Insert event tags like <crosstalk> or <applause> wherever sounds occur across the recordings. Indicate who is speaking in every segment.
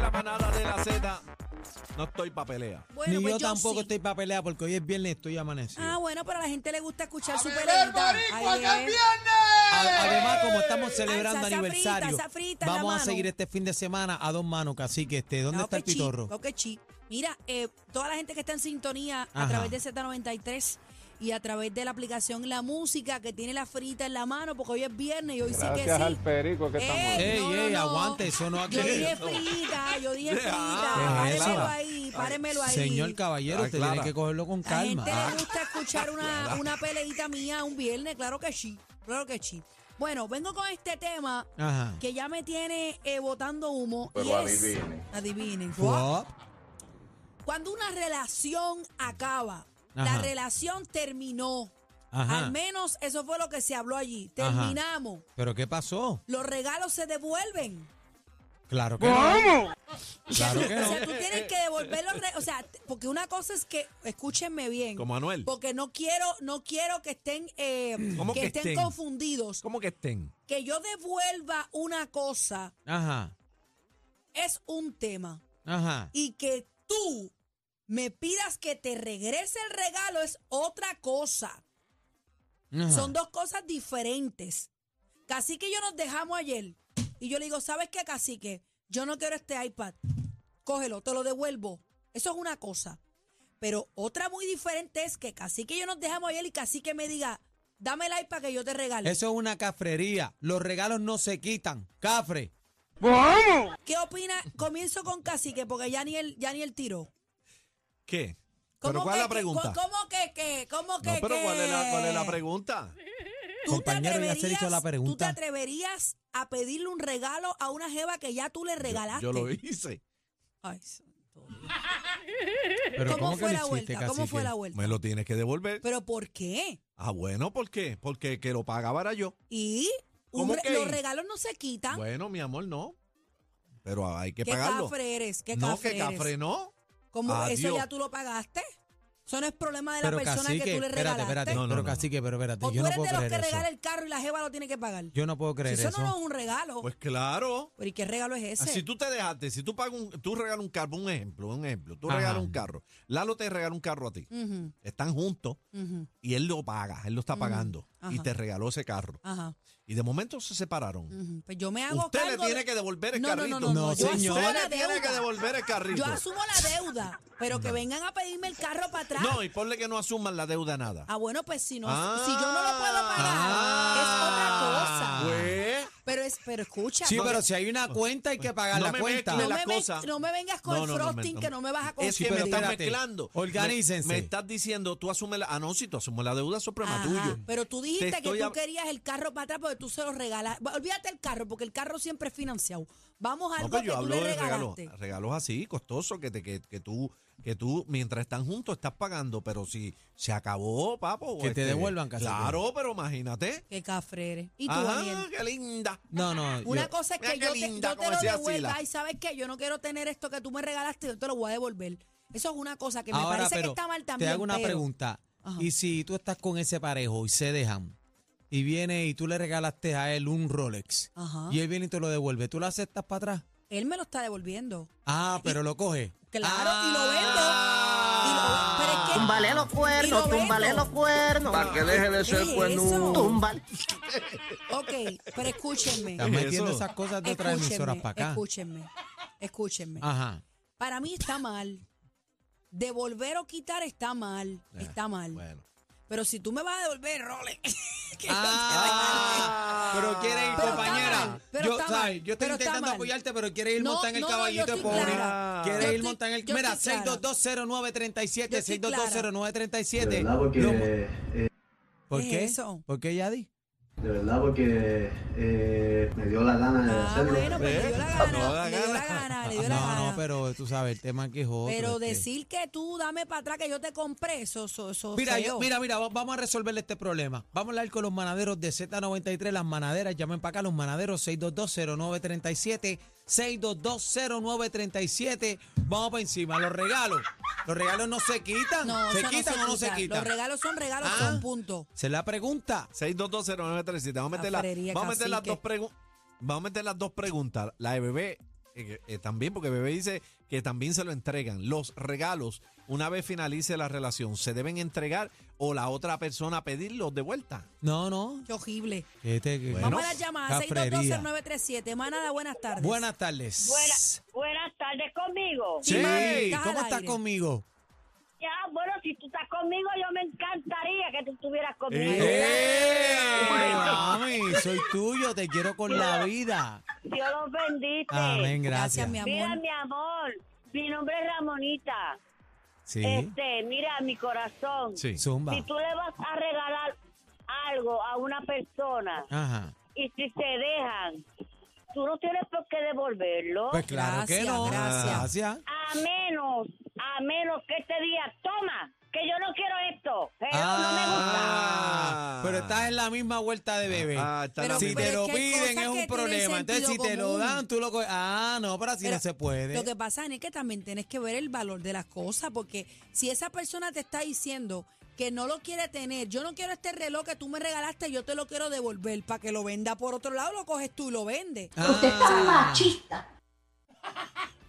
Speaker 1: la manada de la Z. No estoy pa' pelea.
Speaker 2: Ni yo
Speaker 3: pues
Speaker 2: tampoco
Speaker 3: sí.
Speaker 2: estoy para pelear porque hoy es viernes y estoy amanecido.
Speaker 3: Ah, bueno, pero a la gente le gusta escuchar su
Speaker 4: beber,
Speaker 3: peleita.
Speaker 4: boricua,
Speaker 3: Ahí
Speaker 4: que es
Speaker 3: es.
Speaker 4: viernes!
Speaker 2: A- Además, como estamos celebrando
Speaker 3: Ah, Salsa frita,
Speaker 2: aniversario,
Speaker 3: salsa frita en la
Speaker 2: vamos a
Speaker 3: mano.
Speaker 2: seguir este fin de semana a dos manos, cacique. Este, ¿Dónde
Speaker 3: No, pues,
Speaker 2: está el
Speaker 3: que chi,
Speaker 2: pitorro?
Speaker 3: no, que chi. Mira, eh, toda la gente que está en sintonía
Speaker 2: Ajá.
Speaker 3: a través de Z93 y a través de la aplicación La Música que tiene la frita en la mano, porque hoy es viernes y hoy sí que
Speaker 5: Gracias
Speaker 3: sí. Eh.
Speaker 5: al perico que estamos.
Speaker 2: Ey, ey, aguante, eso no va a
Speaker 3: Yo
Speaker 2: querer.
Speaker 3: dije frita, yo dije frita.
Speaker 1: Ah,
Speaker 2: eso.
Speaker 3: Páremelo ahí, páremelo ahí.
Speaker 2: Señor caballero, usted
Speaker 1: Aclara.
Speaker 2: tiene que cogerlo con
Speaker 3: La
Speaker 2: calma. Ah.
Speaker 3: gente le gusta escuchar
Speaker 2: <laughs>
Speaker 3: una, una peleita mía un viernes, claro que sí, claro que sí. Bueno, vengo con este tema
Speaker 2: Ah, Ajá.
Speaker 3: que ya me tiene eh, botando humo. y
Speaker 4: Pero
Speaker 3: es-
Speaker 4: adivinen.
Speaker 3: Adivinen.
Speaker 2: Fuap.
Speaker 3: Cuando una relación acaba,
Speaker 2: Ajá.
Speaker 3: la relación terminó.
Speaker 2: Ajá.
Speaker 3: Al menos eso fue lo que se habló allí. Terminamos.
Speaker 2: ¿Pero qué pasó?
Speaker 3: Los regalos se devuelven.
Speaker 2: Claro que no. Claro que
Speaker 3: O
Speaker 2: no.
Speaker 3: sea, tú tienes que devolver los regalos. O sea, t- porque una cosa es que, escúchenme bien.
Speaker 1: Como Anuel.
Speaker 3: Porque no quiero, no quiero que estén, eh,
Speaker 1: ¿Cómo
Speaker 3: que,
Speaker 1: que
Speaker 3: estén,
Speaker 1: estén?
Speaker 3: confundidos.
Speaker 1: ¿Cómo que estén?
Speaker 3: Que yo devuelva una cosa
Speaker 2: Ajá,
Speaker 3: es un tema.
Speaker 2: ajá.
Speaker 3: Y que tú me pidas que te regrese el regalo es otra cosa.
Speaker 2: ajá.
Speaker 3: Son dos cosas diferentes. Cacique y yo nos dejamos ayer. Y yo le digo, ¿sabes qué, Cacique? Yo no quiero este iPad. Cógelo, te lo devuelvo. Eso es una cosa. Pero otra muy diferente es que Cacique y yo nos dejamos ayer y Cacique me diga, dame el iPad que yo te regalo.
Speaker 2: Eso es una cafrería. Los regalos no se quitan. Cafre.
Speaker 3: ¿Qué opina? Comienzo con Cacique porque ya ni el, ya ni el tiro.
Speaker 1: ¿Qué? ¿Pero cuál es la pregunta?
Speaker 3: ¿Cómo que qué? ¿Cómo que
Speaker 1: No, pero
Speaker 3: qué?
Speaker 1: ¿cuál es la, cuál es la pregunta?
Speaker 3: ¿Tú te
Speaker 2: Compañero, ya se le hizo la
Speaker 3: atreverías- ¿Tú te
Speaker 2: pregunta.
Speaker 3: atreverías a pedirle un regalo a una jeva que ya tú le regalaste?
Speaker 1: Yo lo hice.
Speaker 3: Ay, santo Dios.
Speaker 2: Pero
Speaker 3: ¿Cómo,
Speaker 2: ¿cómo, que
Speaker 3: fue
Speaker 2: lo
Speaker 3: la
Speaker 2: hiciste,
Speaker 3: vuelta? ¿Cómo fue
Speaker 2: cacique?
Speaker 3: la vuelta?
Speaker 1: Me lo tienes que devolver.
Speaker 3: ¿Pero por qué?
Speaker 1: Ah, bueno, ¿por qué? Porque el que lo pagaba era yo.
Speaker 3: ¿Y? Un
Speaker 1: ¿Cómo
Speaker 3: re-
Speaker 1: que?
Speaker 3: los regalos no se quitan.
Speaker 1: Bueno, mi amor, no. Pero hay que
Speaker 3: ¿Qué
Speaker 1: pagarlo.
Speaker 3: cafre eres? ¿Qué
Speaker 1: no,
Speaker 3: cafre
Speaker 1: que
Speaker 3: eres?
Speaker 1: cafre no.
Speaker 3: ¿Cómo eso
Speaker 1: Adiós.
Speaker 3: ya tú lo pagaste? Eso no es problema de la
Speaker 2: Pero
Speaker 3: persona que
Speaker 2: cacique,
Speaker 3: tú le regalaste.
Speaker 2: espérate, espérate.
Speaker 1: No, no,
Speaker 2: pero
Speaker 1: no.
Speaker 2: cacique, pero espérate.
Speaker 3: O tú
Speaker 2: Yo no
Speaker 3: eres
Speaker 2: puedo
Speaker 3: de los
Speaker 2: creer
Speaker 3: que
Speaker 2: eso.
Speaker 3: regala el carro y la jeva lo tiene que pagar.
Speaker 2: Yo no puedo creer
Speaker 3: Si eso,
Speaker 2: eso.
Speaker 3: no es un regalo.
Speaker 1: Pues claro.
Speaker 3: ¿Pero y qué regalo es
Speaker 1: Ah,
Speaker 3: ese?
Speaker 1: Si tú te dejaste, si tú pagas un, tú regalas un carro, un ejemplo, un ejemplo, tú
Speaker 2: Ajá.
Speaker 1: regalas un carro, Lalo te regala un carro a ti,
Speaker 3: Ujú,
Speaker 1: están juntos
Speaker 3: ujú,
Speaker 1: y él lo paga, él lo está pagando y
Speaker 3: Mm, Ajá.
Speaker 1: te regaló ese carro
Speaker 3: Ajá.
Speaker 1: y de momento se separaron.
Speaker 3: ujú. Pues yo me hago
Speaker 1: Usted le
Speaker 3: cargo
Speaker 1: tiene
Speaker 3: de-
Speaker 1: que devolver el
Speaker 3: No, no, no,
Speaker 1: carrito.
Speaker 3: no, no,
Speaker 2: No,
Speaker 3: yo
Speaker 2: señor.
Speaker 3: asumo
Speaker 1: Usted
Speaker 3: la
Speaker 1: le tiene que
Speaker 3: deuda.
Speaker 1: devolver el carrito.
Speaker 3: Yo asumo la deuda, pero que vengan a pedirme el carro para atrás.
Speaker 1: No, y ponle que no asuman la deuda nada.
Speaker 3: Ah, bueno, pues si no,
Speaker 1: Ah.
Speaker 3: si yo no lo puedo pagar,
Speaker 1: Ah.
Speaker 3: es otra cosa.
Speaker 1: Pues,
Speaker 3: Pero es, pero escucha,
Speaker 2: Sí,
Speaker 3: no,
Speaker 2: pero si hay una cuenta hay que pagar
Speaker 1: No
Speaker 2: la
Speaker 1: me
Speaker 2: cuenta.
Speaker 1: mezcle
Speaker 3: no
Speaker 1: la
Speaker 3: me, ven-
Speaker 1: cosa.
Speaker 3: no me vengas con
Speaker 1: No,
Speaker 3: el
Speaker 1: no, no, me-
Speaker 3: frosting
Speaker 1: no.
Speaker 3: que no me vas a
Speaker 1: es
Speaker 3: conseguir.
Speaker 1: que me
Speaker 2: pero
Speaker 1: estás
Speaker 2: espérate.
Speaker 1: mezclando.
Speaker 2: Organícense.
Speaker 1: Me, me estás diciendo, tú asumes la. Ah, no, si tú asumes la deuda, eso es problema
Speaker 3: Ajá,
Speaker 1: tuyo.
Speaker 3: pero tú
Speaker 1: Te
Speaker 3: dijiste que
Speaker 1: estoy
Speaker 3: tú
Speaker 1: hab-
Speaker 3: querías el carro para atrás porque tú se lo regalas. Bueno, Olvídate el carro, porque el carro siempre es financiado. Vamos a
Speaker 1: No,
Speaker 3: algo
Speaker 1: pero
Speaker 3: que
Speaker 1: yo
Speaker 3: tú
Speaker 1: hablo
Speaker 3: le
Speaker 1: de regalos.
Speaker 3: regalaste.
Speaker 1: Regalos así, costosos, que, te, que, que tú, que tú, mientras están juntos, estás pagando. Pero si se acabó, papo. este,
Speaker 2: Que te devuelvan, cacique.
Speaker 1: Claro, pero imagínate.
Speaker 3: Qué cafrere. Y tú,
Speaker 1: Ah,
Speaker 3: Daniel.
Speaker 1: qué linda.
Speaker 2: No, no.
Speaker 3: Una
Speaker 2: yo-
Speaker 3: cosa es
Speaker 1: Mira
Speaker 3: que
Speaker 1: qué
Speaker 3: yo te,
Speaker 1: linda,
Speaker 3: yo te
Speaker 1: como
Speaker 3: lo
Speaker 1: decía
Speaker 3: devuelva
Speaker 1: Sila.
Speaker 3: y sabes que yo no quiero tener esto que tú me regalaste, yo te lo voy a devolver. Eso es una cosa que me
Speaker 2: Ahora,
Speaker 3: parece que
Speaker 2: pero
Speaker 3: está mal también.
Speaker 2: te hago una
Speaker 3: pero-
Speaker 2: pregunta.
Speaker 3: Ajá.
Speaker 2: Y si tú estás con ese parejo y se dejan, y viene y tú le regalaste a él un Rolex,
Speaker 3: Ajá.
Speaker 2: y él viene y te lo devuelve, ¿tú lo aceptas para atrás?
Speaker 3: Él me lo está devolviendo.
Speaker 2: Ah, pero lo coge.
Speaker 3: Claro, y lo vendo. Y lo
Speaker 2: Ah.
Speaker 3: ve- pero es que-
Speaker 6: Túmbale los
Speaker 3: Y lo
Speaker 6: cuernos,
Speaker 3: vendo.
Speaker 6: túmbale los cuernos.
Speaker 5: Para que deje de
Speaker 3: ¿Qué
Speaker 5: ser
Speaker 3: es
Speaker 5: cuernudo.
Speaker 3: eso?
Speaker 6: Túmbale.
Speaker 3: Ok, pero escúchenme.
Speaker 2: Estás metiendo
Speaker 1: eso?
Speaker 2: esas cosas de otras emisoras para acá. Ah.
Speaker 3: Escúchenme. Escúchenme.
Speaker 2: Ajá.
Speaker 3: Para mí está mal. Devolver o quitar está mal.
Speaker 2: Eh,
Speaker 3: Está mal.
Speaker 1: Bueno.
Speaker 3: Pero si tú me vas a devolver, Rolex. <laughs> que yo te regalé.
Speaker 2: Ah, pero quiere ir,
Speaker 3: Pero está
Speaker 2: compañera.
Speaker 3: mal, pero
Speaker 2: yo,
Speaker 3: está
Speaker 2: ¿sabes?
Speaker 3: mal,
Speaker 2: yo estoy
Speaker 3: pero está
Speaker 2: intentando
Speaker 3: mal.
Speaker 2: apoyarte, pero quiere ir
Speaker 3: No,
Speaker 2: montar en el
Speaker 3: no, no, yo
Speaker 2: caballito de
Speaker 3: estoy
Speaker 2: pobre.
Speaker 3: clara.
Speaker 2: Quiere
Speaker 3: Yo
Speaker 2: ir
Speaker 3: estoy-
Speaker 2: montar en el.
Speaker 3: yo
Speaker 2: Mira,
Speaker 3: estoy clara.
Speaker 2: 6220937,
Speaker 3: Yo estoy clara.
Speaker 2: 6220937.
Speaker 7: De verdad porque,
Speaker 2: Lo-
Speaker 7: eh,
Speaker 2: ¿Por
Speaker 3: ¿Qué
Speaker 2: qué?
Speaker 3: es eso?
Speaker 2: ¿Por qué, Yadi?
Speaker 7: de verdad porque eh, me dio la gana de
Speaker 3: Ah,
Speaker 7: hacerlo.
Speaker 3: bueno, pues le dio la
Speaker 1: No da
Speaker 3: gana. Le dio la
Speaker 1: gana.
Speaker 3: gana, le
Speaker 2: No,
Speaker 3: dio la gana.
Speaker 2: no, pero tú sabes, el tema que es otro.
Speaker 3: Pero
Speaker 2: es que-
Speaker 3: decir que tú dame para atrás que yo te compré, eso, eso, eso
Speaker 2: Mira,
Speaker 3: feo.
Speaker 2: yo- mira, mira, va- vamos a resolverle este problema. Vamos a hablar con los manaderos de Z93, las manaderas, llamen para acá, los manaderos 6220937, 6220937. Vamos para encima, los regalos. Los regalos no se quitan,
Speaker 3: No,
Speaker 2: se
Speaker 3: eso
Speaker 2: quitan o no se
Speaker 3: quita.
Speaker 2: quitan.
Speaker 3: Los regalos son regalos,
Speaker 2: Ah.
Speaker 3: son punto.
Speaker 2: Esa es la pregunta.
Speaker 1: 6220937. Vamos a meter, la-
Speaker 3: Cafrería,
Speaker 1: vamos a meter las
Speaker 3: cacique.
Speaker 1: dos preguntas. Vamos a meter las dos preguntas, la de bebé eh, eh, también, porque Bebé dice que también se lo entregan. Los regalos, una vez finalice la relación, ¿se deben entregar o la otra persona pedirlos de vuelta?
Speaker 2: No, no.
Speaker 3: Qué horrible.
Speaker 2: que te- que-
Speaker 1: Bueno.
Speaker 3: Vamos a la llamada
Speaker 2: Cafrería.
Speaker 3: 6220937. Manada, buenas tardes.
Speaker 2: Buenas tardes.
Speaker 4: Buena- buenas tardes conmigo.
Speaker 1: Sí,
Speaker 2: Sí,
Speaker 1: mami,
Speaker 3: estás
Speaker 2: ¿cómo
Speaker 3: al
Speaker 2: estás
Speaker 3: aire.
Speaker 2: conmigo?
Speaker 4: Ya, bueno, si tú estás conmigo, yo me encantaría que tú estuvieras conmigo.
Speaker 2: ¡Eh! Mami, soy tuyo, te quiero con la vida.
Speaker 4: Dios los bendice.
Speaker 2: Amén, gracias.
Speaker 3: Gracias, mi
Speaker 4: Mira,
Speaker 3: amor.
Speaker 4: mi amor, mi nombre es Ramonita.
Speaker 3: Eh,
Speaker 2: Sí,
Speaker 4: Este, mira, mi corazón.
Speaker 1: Sí.
Speaker 2: zumba.
Speaker 4: Si tú le vas a regalar algo a una persona
Speaker 2: Ajá.
Speaker 4: y si se dejan, tú no tienes por qué devolverlo.
Speaker 2: Pues claro que
Speaker 3: Gracias,
Speaker 2: no.
Speaker 3: gracias.
Speaker 2: Gracias.
Speaker 4: A menos, a menos que este día, toma, que yo no quiero esto. Pero no me gusta.
Speaker 2: Ah, pero estás en la misma vuelta de bebé.
Speaker 1: Ah, está la
Speaker 3: Pero-
Speaker 2: si
Speaker 1: misma.
Speaker 2: te
Speaker 3: pero
Speaker 2: lo
Speaker 3: es que hay
Speaker 2: piden
Speaker 3: cosas
Speaker 2: es
Speaker 3: que
Speaker 2: un
Speaker 3: tienen
Speaker 2: problema. Entonces, si
Speaker 3: sentido
Speaker 2: te lo
Speaker 3: común.
Speaker 2: dan, tú lo coges. Ah, no, pero así
Speaker 3: Pero
Speaker 2: no se puede.
Speaker 3: Lo que pasa Ani, es que también tienes que ver el valor de las cosas, porque si esa persona te está diciendo que no lo quiere tener, yo no quiero este reloj que tú me regalaste, yo te lo quiero devolver para que lo venda por otro lado, lo coges tú y lo vendes.
Speaker 5: Usted está
Speaker 2: Ah,
Speaker 5: machista.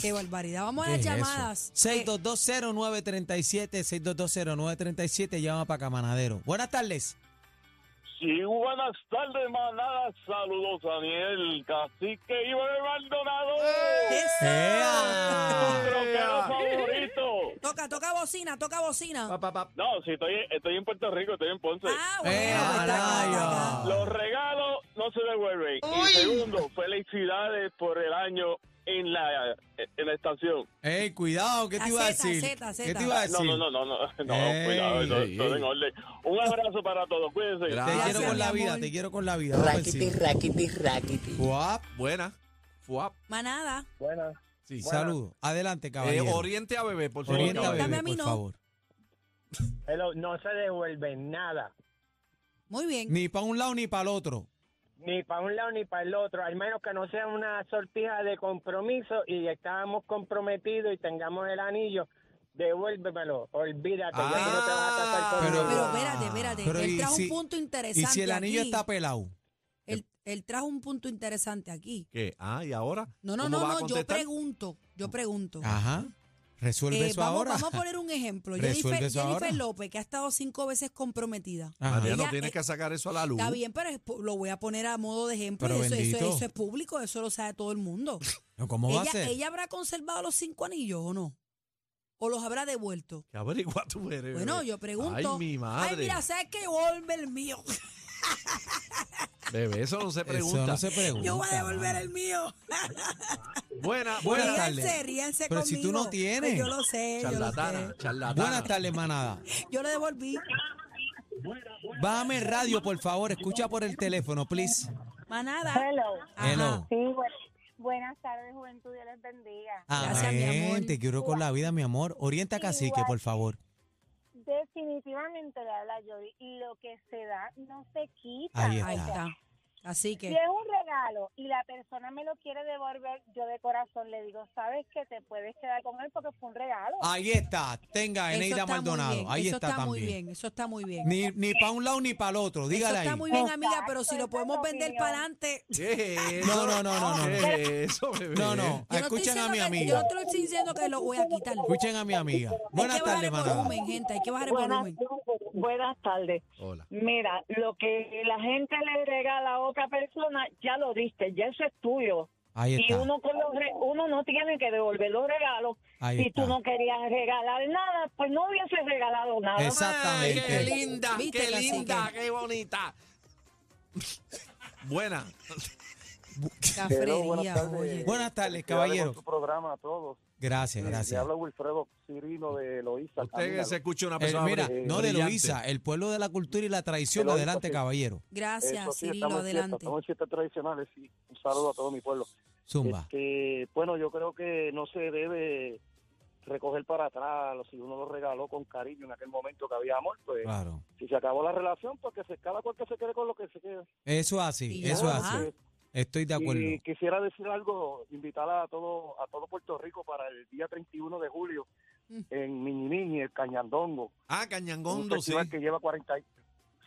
Speaker 3: Qué barbaridad. Vamos a
Speaker 2: ¿qué
Speaker 3: las
Speaker 2: es eso?
Speaker 3: llamadas. Eh,
Speaker 2: 6220937, 6220937, llama para Camanadero. Buenas tardes.
Speaker 6: Sí, buenas tardes, manada. Saludos, Daniel. Cacique y de Maldonado.
Speaker 2: ¡Eh!
Speaker 3: eso.
Speaker 2: ¡Ea!
Speaker 6: Troquero favorito.
Speaker 3: Toca, toca bocina, toca bocina.
Speaker 6: No, sí, estoy, estoy en Puerto Rico, estoy en Ponce.
Speaker 3: Ah, bueno,
Speaker 2: Eh,
Speaker 3: pues está acá, está acá.
Speaker 2: rayos.
Speaker 6: Los regalos no se devuelven. Y segundo, felicidades por el año en la, en la estación.
Speaker 2: ¡Ey, cuidado! ¿Qué
Speaker 3: La
Speaker 2: te iba a
Speaker 3: zeta,
Speaker 2: decir?
Speaker 3: zeta,
Speaker 2: ¿Qué
Speaker 3: zeta.
Speaker 2: te iba a
Speaker 6: No,
Speaker 2: decir?
Speaker 6: no, no, no, no, no,
Speaker 2: Ey,
Speaker 6: cuidado, no,
Speaker 2: eh,
Speaker 1: ey,
Speaker 6: todo
Speaker 1: ey.
Speaker 6: en orden. Un abrazo para todos, cuídense.
Speaker 1: Gracias.
Speaker 2: Te
Speaker 1: Gracias,
Speaker 2: quiero con la
Speaker 3: mi
Speaker 2: vida,
Speaker 3: amor.
Speaker 2: te quiero con la vida. vamos
Speaker 8: Rackety,
Speaker 2: encima.
Speaker 8: rackety, rackety.
Speaker 2: Guap.
Speaker 1: Buena. Fuap.
Speaker 3: Manada.
Speaker 6: Buenas.
Speaker 2: Sí,
Speaker 6: Buenas.
Speaker 2: saludo. Adelante,
Speaker 1: Eh,
Speaker 2: caballero.
Speaker 1: oriente a bebé, por favor.
Speaker 2: Orienta,
Speaker 1: caballero.
Speaker 3: Dame
Speaker 2: bebé,
Speaker 3: a mí
Speaker 2: por
Speaker 3: no.
Speaker 2: favor.
Speaker 6: no se devuelven nada.
Speaker 3: Muy bien.
Speaker 2: Ni para un lado ni para el otro.
Speaker 9: ni para un lado ni para el otro, al menos que no sea una sortija de compromiso y estábamos comprometidos y tengamos el anillo, devuélvemelo, olvídate, ya tú no te vas a casar
Speaker 1: Ah,
Speaker 9: conmigo.
Speaker 3: Pero espérate, espérate.
Speaker 2: Pero
Speaker 3: él
Speaker 2: y
Speaker 3: trajo
Speaker 2: si-
Speaker 3: un punto interesante.
Speaker 2: Y si el
Speaker 3: Eh,
Speaker 2: anillo
Speaker 3: aquí.
Speaker 2: está pelado.
Speaker 3: él, él trajo un punto interesante aquí.
Speaker 1: ¿Qué? Ah, ¿y ahora?
Speaker 3: No, no,
Speaker 1: ¿Cómo
Speaker 3: no,
Speaker 1: vas a
Speaker 3: no. Yo
Speaker 1: contestar?
Speaker 3: pregunto. Yo pregunto.
Speaker 2: Ajá. Ah, Resuelve
Speaker 3: Eh,
Speaker 2: eso
Speaker 3: vamos,
Speaker 2: ahora.
Speaker 3: vamos a poner un ejemplo.
Speaker 2: Resuelve
Speaker 3: Jennifer,
Speaker 2: eso
Speaker 3: Jennifer
Speaker 2: ahora. Ah,
Speaker 3: López, que ha estado cinco veces comprometida.
Speaker 2: Ajá.
Speaker 1: María, no
Speaker 3: Ella,
Speaker 1: tienes
Speaker 3: eh,
Speaker 1: que sacar eso a la luz.
Speaker 3: Está bien, pero es pu- lo voy a poner a modo de ejemplo.
Speaker 2: Pero
Speaker 3: y eso, eso,
Speaker 2: bendito.
Speaker 3: eso es público, eso lo sabe todo el mundo.
Speaker 2: No, <laughs> ¿Cómo va a
Speaker 3: ella,
Speaker 2: ser?
Speaker 3: ¿Ella habrá conservado los cinco anillos o no? ¿O los habrá devuelto?
Speaker 1: ¿Qué averigua tú eres?
Speaker 3: Bueno,
Speaker 1: bebé?
Speaker 3: yo pregunto.
Speaker 1: Ay, mi madre.
Speaker 3: Ay, mira, ¿sabes qué? Vuelve el mío. <laughs>
Speaker 1: Bebé, eso no se pregunta.
Speaker 2: Eso no se pregunta.
Speaker 3: Yo voy a devolver
Speaker 2: mano.
Speaker 3: el mío.
Speaker 2: <laughs>
Speaker 1: Buena,
Speaker 2: Buenas
Speaker 1: buena.
Speaker 2: tardes.
Speaker 3: Ríense, ríense
Speaker 2: Pero si
Speaker 3: conmigo.
Speaker 2: tú no tienes.
Speaker 3: Pues yo lo sé, yo lo
Speaker 1: Charlatana,
Speaker 3: sé.
Speaker 1: charlatana.
Speaker 2: Buenas tardes, manada.
Speaker 3: Yo le devolví.
Speaker 2: Bájame el radio, por favor. Escucha por el teléfono, please.
Speaker 3: Manada. Ajá.
Speaker 2: Hello.
Speaker 10: Sí, bueno, buenas tardes, juventud, Dios les bendiga.
Speaker 2: Ah.
Speaker 3: Gracias, mi amor.
Speaker 2: Amén, Te quiero con la vida, mi amor. Orienta a Cacique, por favor.
Speaker 10: Definitivamente le habla Jody, lo que se da no se quita.
Speaker 2: Ahí
Speaker 3: Ahí
Speaker 2: está.
Speaker 3: está. Así
Speaker 10: Si
Speaker 3: que,
Speaker 10: es un regalo y la persona me lo quiere devolver, yo de corazón le digo, sabes que te puedes quedar con él porque fue un regalo.
Speaker 2: Ahí está. Tenga,
Speaker 3: eso
Speaker 2: Eneida
Speaker 3: está muy
Speaker 2: Maldonado.
Speaker 3: bien,
Speaker 2: Ahí
Speaker 3: eso
Speaker 2: está,
Speaker 3: muy
Speaker 2: también.
Speaker 3: bien, eso está muy bien.
Speaker 2: Ni, ni para un lado ni para el otro. Dígale
Speaker 3: eso está
Speaker 2: ahí.
Speaker 3: muy bien, amiga,
Speaker 10: Exacto,
Speaker 3: pero si lo
Speaker 10: esa
Speaker 3: podemos
Speaker 10: es mi
Speaker 3: vender
Speaker 10: opinión.
Speaker 3: para adelante.
Speaker 1: ¿Qué es eso?
Speaker 2: No, no, no, no, no.
Speaker 1: ¿Qué es eso, bebé?
Speaker 2: No, no.
Speaker 3: Yo no estoy
Speaker 2: Escuchen a
Speaker 3: diciendo
Speaker 2: mi
Speaker 3: que- Yo
Speaker 2: amiga.
Speaker 3: no te lo estoy diciendo que lo voy a quitar.
Speaker 2: Escuchen a mi amiga.
Speaker 3: hay
Speaker 2: Buenas
Speaker 3: que bajar
Speaker 2: tardes,
Speaker 3: el
Speaker 2: manada.
Speaker 3: volumen, gente. Hay que
Speaker 2: Ah,
Speaker 3: bajar el
Speaker 4: Buenas,
Speaker 3: volumen.
Speaker 4: buenas tardes.
Speaker 1: Hola.
Speaker 4: Mira, lo que la gente le regala a otra persona, ya lo diste, ya eso es tuyo.
Speaker 2: Ahí
Speaker 4: Y
Speaker 2: está.
Speaker 4: uno, con los re- uno no tiene que devolver los regalos.
Speaker 2: Ahí
Speaker 4: si
Speaker 2: está.
Speaker 4: tú no querías regalar nada, pues no hubiese regalado nada.
Speaker 1: Ay, qué
Speaker 2: Exactamente.
Speaker 1: linda,
Speaker 3: ¿Viste,
Speaker 1: qué
Speaker 3: cacique?
Speaker 1: linda, qué bonita. buena.
Speaker 3: Cafrería, oye.
Speaker 2: Buenas tardes, caballero.
Speaker 6: Caballero. Tu programa a todos.
Speaker 2: Gracias,
Speaker 6: Le
Speaker 2: gracias.
Speaker 6: habla Wilfredo Cirilo de Loíza.
Speaker 1: Usted que se escucha una
Speaker 2: El-
Speaker 1: persona.
Speaker 2: mira,
Speaker 1: br-
Speaker 2: no de
Speaker 1: brillante.
Speaker 2: Loíza, el pueblo de la cultura y la tradición.
Speaker 6: Eloísa,
Speaker 2: Adelante,
Speaker 6: sí.
Speaker 2: caballero.
Speaker 6: Eso
Speaker 3: Gracias,
Speaker 6: sí,
Speaker 3: Cirilo,
Speaker 6: estamos en fiestas,
Speaker 3: adelante.
Speaker 6: estamos en fiestas tradicionales, sí. Un saludo a todo mi pueblo.
Speaker 2: Zumba.
Speaker 6: Este, bueno, yo creo que no se debe recoger para atrás. Si uno lo regaló con cariño en aquel momento que había amor, pues
Speaker 2: Claro.
Speaker 6: si se acabó la relación, pues que se, cada cual que se quede con lo que se quede.
Speaker 2: Eso así,
Speaker 3: Y
Speaker 2: eso
Speaker 3: ya.
Speaker 2: así. Estoy de acuerdo.
Speaker 6: Y quisiera decir algo, invitar a todo, a todo Puerto Rico para el día 31 de julio
Speaker 3: Mm.
Speaker 6: en Miñi Miñi, el Cañandongo.
Speaker 1: Ah,
Speaker 6: un
Speaker 1: Cañangondo, sí.
Speaker 6: festival que lleva 40, y-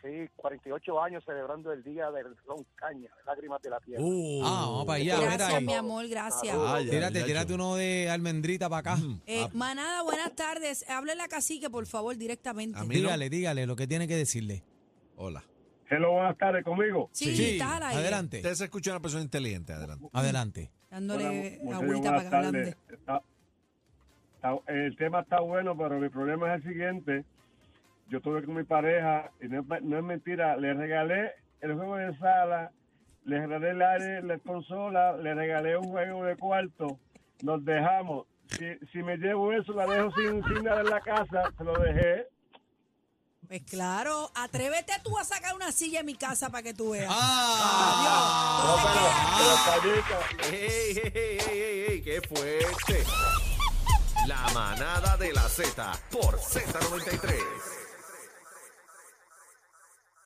Speaker 11: Sí, 48 años celebrando el día del ron caña, lágrimas de la tierra.
Speaker 12: Uh.
Speaker 2: Ah, vamos para allá, mira
Speaker 3: Gracias,
Speaker 2: ahí.
Speaker 3: mi amor, gracias.
Speaker 12: Ah, ya,
Speaker 2: Tírate,
Speaker 12: ya,
Speaker 2: tírate
Speaker 12: yo.
Speaker 2: uno de almendrita para acá.
Speaker 12: Mm.
Speaker 3: Eh,
Speaker 12: Ah,
Speaker 3: manada, buenas tardes. Háblele a Cacique, por favor, directamente.
Speaker 12: A mí-
Speaker 2: Dígale, dígale lo que tiene que decirle.
Speaker 12: hola.
Speaker 11: Hello, buenas tardes conmigo.
Speaker 3: Sí, estás al aire.
Speaker 2: adelante,
Speaker 12: Usted se escucha una persona inteligente, adelante.
Speaker 2: adelante.
Speaker 3: Dándole
Speaker 6: Hola, muchachos,
Speaker 3: agüita para
Speaker 6: buenas
Speaker 3: que ablande.
Speaker 6: tardes. Está- está- el tema está bueno, pero mi problema es el siguiente. Yo estuve con mi pareja, y no es, pa- no es mentira, le regalé el juego de sala, le regalé el aire, la consola, le regalé un juego de cuarto, nos dejamos. Si, si me llevo eso, la dejo sin, sin nada en la casa, se lo dejé.
Speaker 3: Pues claro, atrévete tú a sacar una silla en mi casa para que tú veas.
Speaker 2: ¡Ah!
Speaker 3: Entonces, ¿qué haces?
Speaker 1: ¡Ey, ey, ey, ey, ey, ey! qué fuerte! La manada de la Z por Z93.